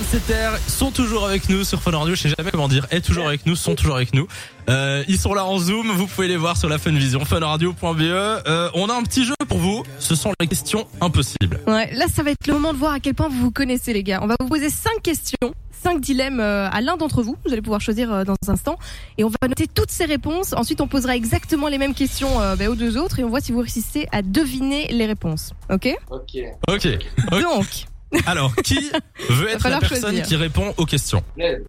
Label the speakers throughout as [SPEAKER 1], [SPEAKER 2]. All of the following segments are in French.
[SPEAKER 1] 47R sont toujours avec nous sur Fun Radio. Je sais jamais comment dire. Est toujours avec nous, sont toujours avec nous. Euh, ils sont là en zoom. Vous pouvez les voir sur la Funvision, funradio.be. Euh, on a un petit jeu pour vous. Ce sont les questions impossibles.
[SPEAKER 2] Ouais, là, ça va être le moment de voir à quel point vous vous connaissez, les gars. On va vous poser cinq questions, cinq dilemmes euh, à l'un d'entre vous. Vous allez pouvoir choisir euh, dans un instant. Et on va noter toutes ces réponses. Ensuite, on posera exactement les mêmes questions euh, bah, aux deux autres et on voit si vous réussissez à deviner les réponses. Ok
[SPEAKER 3] Ok.
[SPEAKER 1] Ok. Ok.
[SPEAKER 2] Donc,
[SPEAKER 1] Alors, qui veut être la
[SPEAKER 2] falloir
[SPEAKER 1] personne
[SPEAKER 2] choisir.
[SPEAKER 1] qui répond aux questions
[SPEAKER 3] Blaise.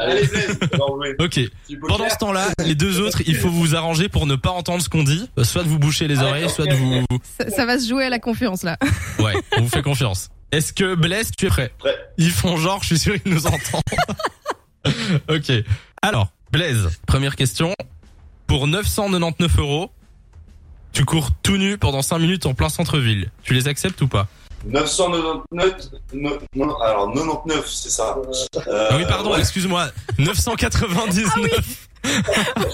[SPEAKER 3] Allez, Blaise. Non, mais
[SPEAKER 1] Ok.
[SPEAKER 3] tu peux
[SPEAKER 1] Pendant
[SPEAKER 3] faire.
[SPEAKER 1] ce temps-là, les deux autres, il faut vous arranger pour ne pas entendre ce qu'on dit. Soit de vous boucher les
[SPEAKER 3] Ah,
[SPEAKER 1] oreilles,
[SPEAKER 3] d'accord,
[SPEAKER 1] soit
[SPEAKER 3] ok,
[SPEAKER 1] de vous.
[SPEAKER 2] ça, ça va se jouer à la confiance, là.
[SPEAKER 1] Ouais, on vous fait confiance. Est-ce que Blaise, tu es prêt
[SPEAKER 3] Prêt.
[SPEAKER 1] Ils font genre, je suis sûr qu'ils nous entendent. ok. Alors, Blaise, première question. Pour 999 euros, tu cours tout nu pendant 5 minutes en plein centre-ville. Tu les acceptes ou pas
[SPEAKER 3] 999, no- non, alors 99, c'est ça. Euh,
[SPEAKER 1] Ah oui, pardon,
[SPEAKER 3] ouais,
[SPEAKER 1] excuse-moi. 999.
[SPEAKER 2] Ah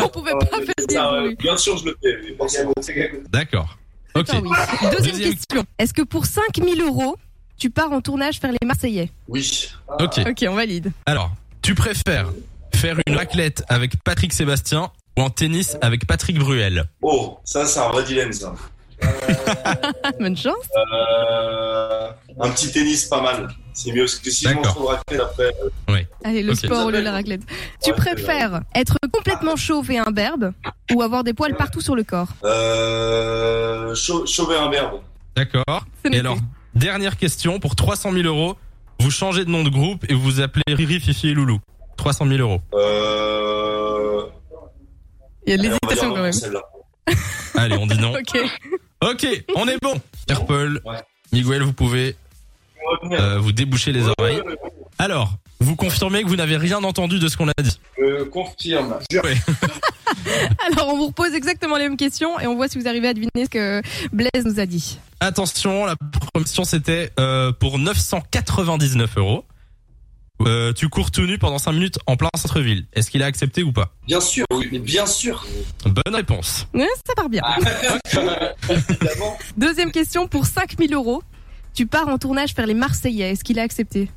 [SPEAKER 2] on pouvait
[SPEAKER 3] ouais,
[SPEAKER 2] pas
[SPEAKER 3] ouais,
[SPEAKER 2] faire
[SPEAKER 3] ça,
[SPEAKER 2] des
[SPEAKER 3] ouais.
[SPEAKER 2] bruits.
[SPEAKER 3] Bien sûr, je le fais, mais forcément.
[SPEAKER 1] D'accord. Ok.
[SPEAKER 2] Attends, oui. Deuxième
[SPEAKER 1] Deuxième.
[SPEAKER 2] question. Est-ce que pour 5000 euros, tu pars en tournage faire les Marseillais
[SPEAKER 3] Oui.
[SPEAKER 1] Ok.
[SPEAKER 2] Ok, on valide.
[SPEAKER 1] Alors, tu préfères faire une raclette avec Patrick Sébastien ou en tennis avec Patrick Bruel
[SPEAKER 3] Oh, ça, c'est un vrai dilemme, ça.
[SPEAKER 2] Ah, bonne chance.
[SPEAKER 3] Euh, un petit tennis, pas mal. C'est mieux, parce que si je m'en
[SPEAKER 1] D'accord.
[SPEAKER 3] trouve raquette après. euh,
[SPEAKER 2] Allez, le
[SPEAKER 1] Ok.
[SPEAKER 2] sport au lieu de la raclette. Tu
[SPEAKER 3] Ouais,
[SPEAKER 2] préfères être complètement chauve et imberbe ou avoir des poils partout sur le corps
[SPEAKER 3] Euh, chau- chauver un verbe.
[SPEAKER 1] D'accord.
[SPEAKER 2] C'est
[SPEAKER 1] Et
[SPEAKER 2] noté.
[SPEAKER 1] alors, dernière question, pour 300 000 euros, vous changez de nom de groupe et vous vous appelez Riri, Fifi et Loulou. 300 000 euros.
[SPEAKER 3] Euh,
[SPEAKER 2] Il y a de
[SPEAKER 3] allez, on va dire
[SPEAKER 2] l'hésitation
[SPEAKER 3] non
[SPEAKER 2] quand
[SPEAKER 3] pour
[SPEAKER 2] même.
[SPEAKER 3] Celle-là.
[SPEAKER 1] Allez, on dit non.
[SPEAKER 2] Ok.
[SPEAKER 1] Ok, on est bon. Pierre-Paul,
[SPEAKER 3] Ouais.
[SPEAKER 1] Miguel, vous pouvez euh, vous déboucher les oreilles. Alors, vous confirmez que vous n'avez rien entendu de ce qu'on a dit.
[SPEAKER 3] Je confirme.
[SPEAKER 2] Alors, on vous repose exactement les mêmes questions et on voit si vous arrivez à deviner ce que Blaise nous a dit.
[SPEAKER 1] Attention, la première question c'était euh, pour 999 euros. Euh, tu cours tout nu pendant 5 minutes en plein centre-ville. Est-ce qu'il a accepté ou pas
[SPEAKER 3] Bien sûr, oui, mais bien sûr.
[SPEAKER 1] Bonne réponse.
[SPEAKER 2] Ouais, ça part bien.
[SPEAKER 1] Ah,
[SPEAKER 3] Évidemment.
[SPEAKER 2] Deuxième question pour 5000 euros. Tu pars en tournage faire les Marseillais. Est-ce qu'il a accepté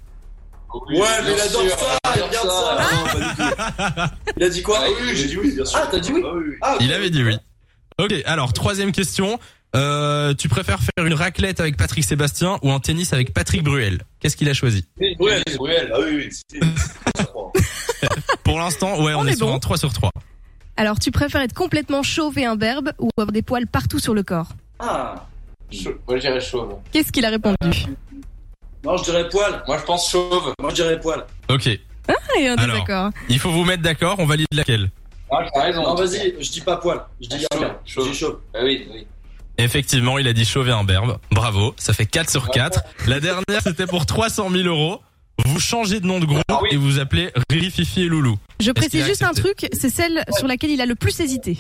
[SPEAKER 3] Ouais, mais il adore ça, il regarde ça.
[SPEAKER 4] Il a dit quoi
[SPEAKER 3] Ah oui, j'ai dit oui, bien sûr.
[SPEAKER 4] Ah, t'as dit oui Ah,
[SPEAKER 1] Il avait dit oui. Ok, alors troisième question. Euh, tu préfères faire une raclette avec Patrick Sébastien ou un tennis avec Patrick Bruel Qu'est-ce qu'il a choisi
[SPEAKER 3] Bruel, Bruel. Ah oui, oui, c'est- c'est surprenant.
[SPEAKER 1] Pour l'instant, ouais, on,
[SPEAKER 2] On
[SPEAKER 1] est,
[SPEAKER 2] est
[SPEAKER 1] sur
[SPEAKER 2] bon.
[SPEAKER 1] un 3 sur 3.
[SPEAKER 2] Alors, tu préfères être complètement chauve et imberbe ou avoir des poils partout sur le corps
[SPEAKER 4] Ah.
[SPEAKER 5] Chauve. Moi je dirais chauve.
[SPEAKER 2] Qu'est-ce qu'il a répondu
[SPEAKER 1] Ah.
[SPEAKER 4] Non, je dirais poil.
[SPEAKER 5] Moi je pense chauve.
[SPEAKER 4] Moi, je dirais poil.
[SPEAKER 1] Ok,
[SPEAKER 2] Ah, et un
[SPEAKER 1] alors.
[SPEAKER 2] désaccord.
[SPEAKER 1] il faut vous mettre d'accord, on valide laquelle
[SPEAKER 5] Ah, t'as raison.
[SPEAKER 4] Non, vas-y, je dis pas poil. Je dis
[SPEAKER 5] Ah,
[SPEAKER 4] rien. Je
[SPEAKER 5] chauve,
[SPEAKER 4] dis chauve.
[SPEAKER 5] Bah oui, oui.
[SPEAKER 1] Effectivement, il a dit chauve et imberbe. Bravo, ça fait 4 sur 4. La dernière, c'était pour 300 000 euros. Vous changez de nom de groupe
[SPEAKER 5] Ah oui.
[SPEAKER 1] et vous appelez Riri, Fifi et Loulou.
[SPEAKER 2] Je
[SPEAKER 1] qu'il
[SPEAKER 2] précise
[SPEAKER 1] a
[SPEAKER 2] juste un truc, c'est celle sur laquelle il a le plus hésité.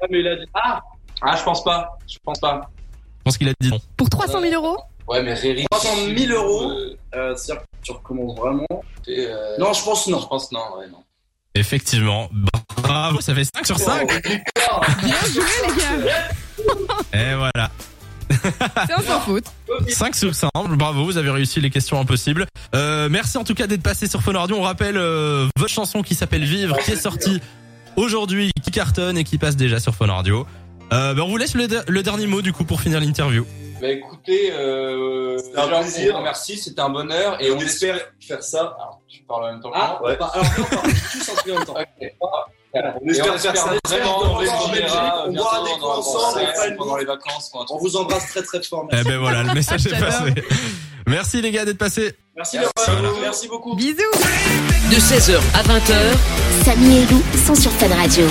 [SPEAKER 4] Ah, mais il a dit. Ah
[SPEAKER 5] Ah, je pense pas. Je pense pas.
[SPEAKER 1] Je pense qu'il a dit non.
[SPEAKER 2] Pour 300 000 euros
[SPEAKER 5] Ouais, mais Réry.
[SPEAKER 4] 300 000 euros.
[SPEAKER 5] euh,
[SPEAKER 4] euh, C'est-à-dire que tu recommandes vraiment
[SPEAKER 5] t'es, euh,
[SPEAKER 4] Non, je pense
[SPEAKER 5] Je
[SPEAKER 4] non.
[SPEAKER 5] pense non, ouais, non.
[SPEAKER 1] Effectivement, bravo, ça fait 5 sur 5.
[SPEAKER 2] Bien joué, les gars
[SPEAKER 1] Et Eh, voilà.
[SPEAKER 2] C'est un sans faute.
[SPEAKER 1] 5 sur 5, bravo, vous avez réussi les questions impossibles. Euh, merci en tout cas d'être passé sur Fun Radio. On rappelle euh, votre chanson qui s'appelle Vivre, qui est sortie aujourd'hui, qui cartonne et qui passe déjà sur Fun Radio. Euh, ben, on vous laisse le, de- le dernier mot du coup pour finir l'interview.
[SPEAKER 5] Bah écoutez, euh,
[SPEAKER 3] C'était un
[SPEAKER 5] déjà, on vous
[SPEAKER 3] plaisir.
[SPEAKER 5] remercie, c'était un bonheur et on,
[SPEAKER 3] On espère faire ça.
[SPEAKER 5] Alors, tu parles en même temps que
[SPEAKER 4] Ah,
[SPEAKER 5] moi.
[SPEAKER 3] Ouais.
[SPEAKER 4] bah, alors, non, pardon, tous en même temps.
[SPEAKER 5] Ok.
[SPEAKER 3] On espère faire ça.
[SPEAKER 5] vraiment
[SPEAKER 3] On
[SPEAKER 5] on les
[SPEAKER 3] espère
[SPEAKER 5] verra
[SPEAKER 3] qu'on
[SPEAKER 5] bientôt
[SPEAKER 3] boira des
[SPEAKER 5] dans-
[SPEAKER 3] coups
[SPEAKER 5] dans-
[SPEAKER 3] ensemble,
[SPEAKER 5] ouais,
[SPEAKER 3] on fera une
[SPEAKER 5] pendant les vacances ou un
[SPEAKER 4] On
[SPEAKER 5] truc.
[SPEAKER 4] vous embrasse très très fort.
[SPEAKER 1] Eh ben voilà, le message est
[SPEAKER 2] J'adore.
[SPEAKER 1] passé. Merci les gars d'être passés.
[SPEAKER 4] Merci,
[SPEAKER 5] Merci,
[SPEAKER 4] Laurent.
[SPEAKER 1] voilà.
[SPEAKER 4] Merci beaucoup.
[SPEAKER 2] Bisous
[SPEAKER 6] De 16h à 20h,
[SPEAKER 7] Samy et Lou sont sur Fan Radio.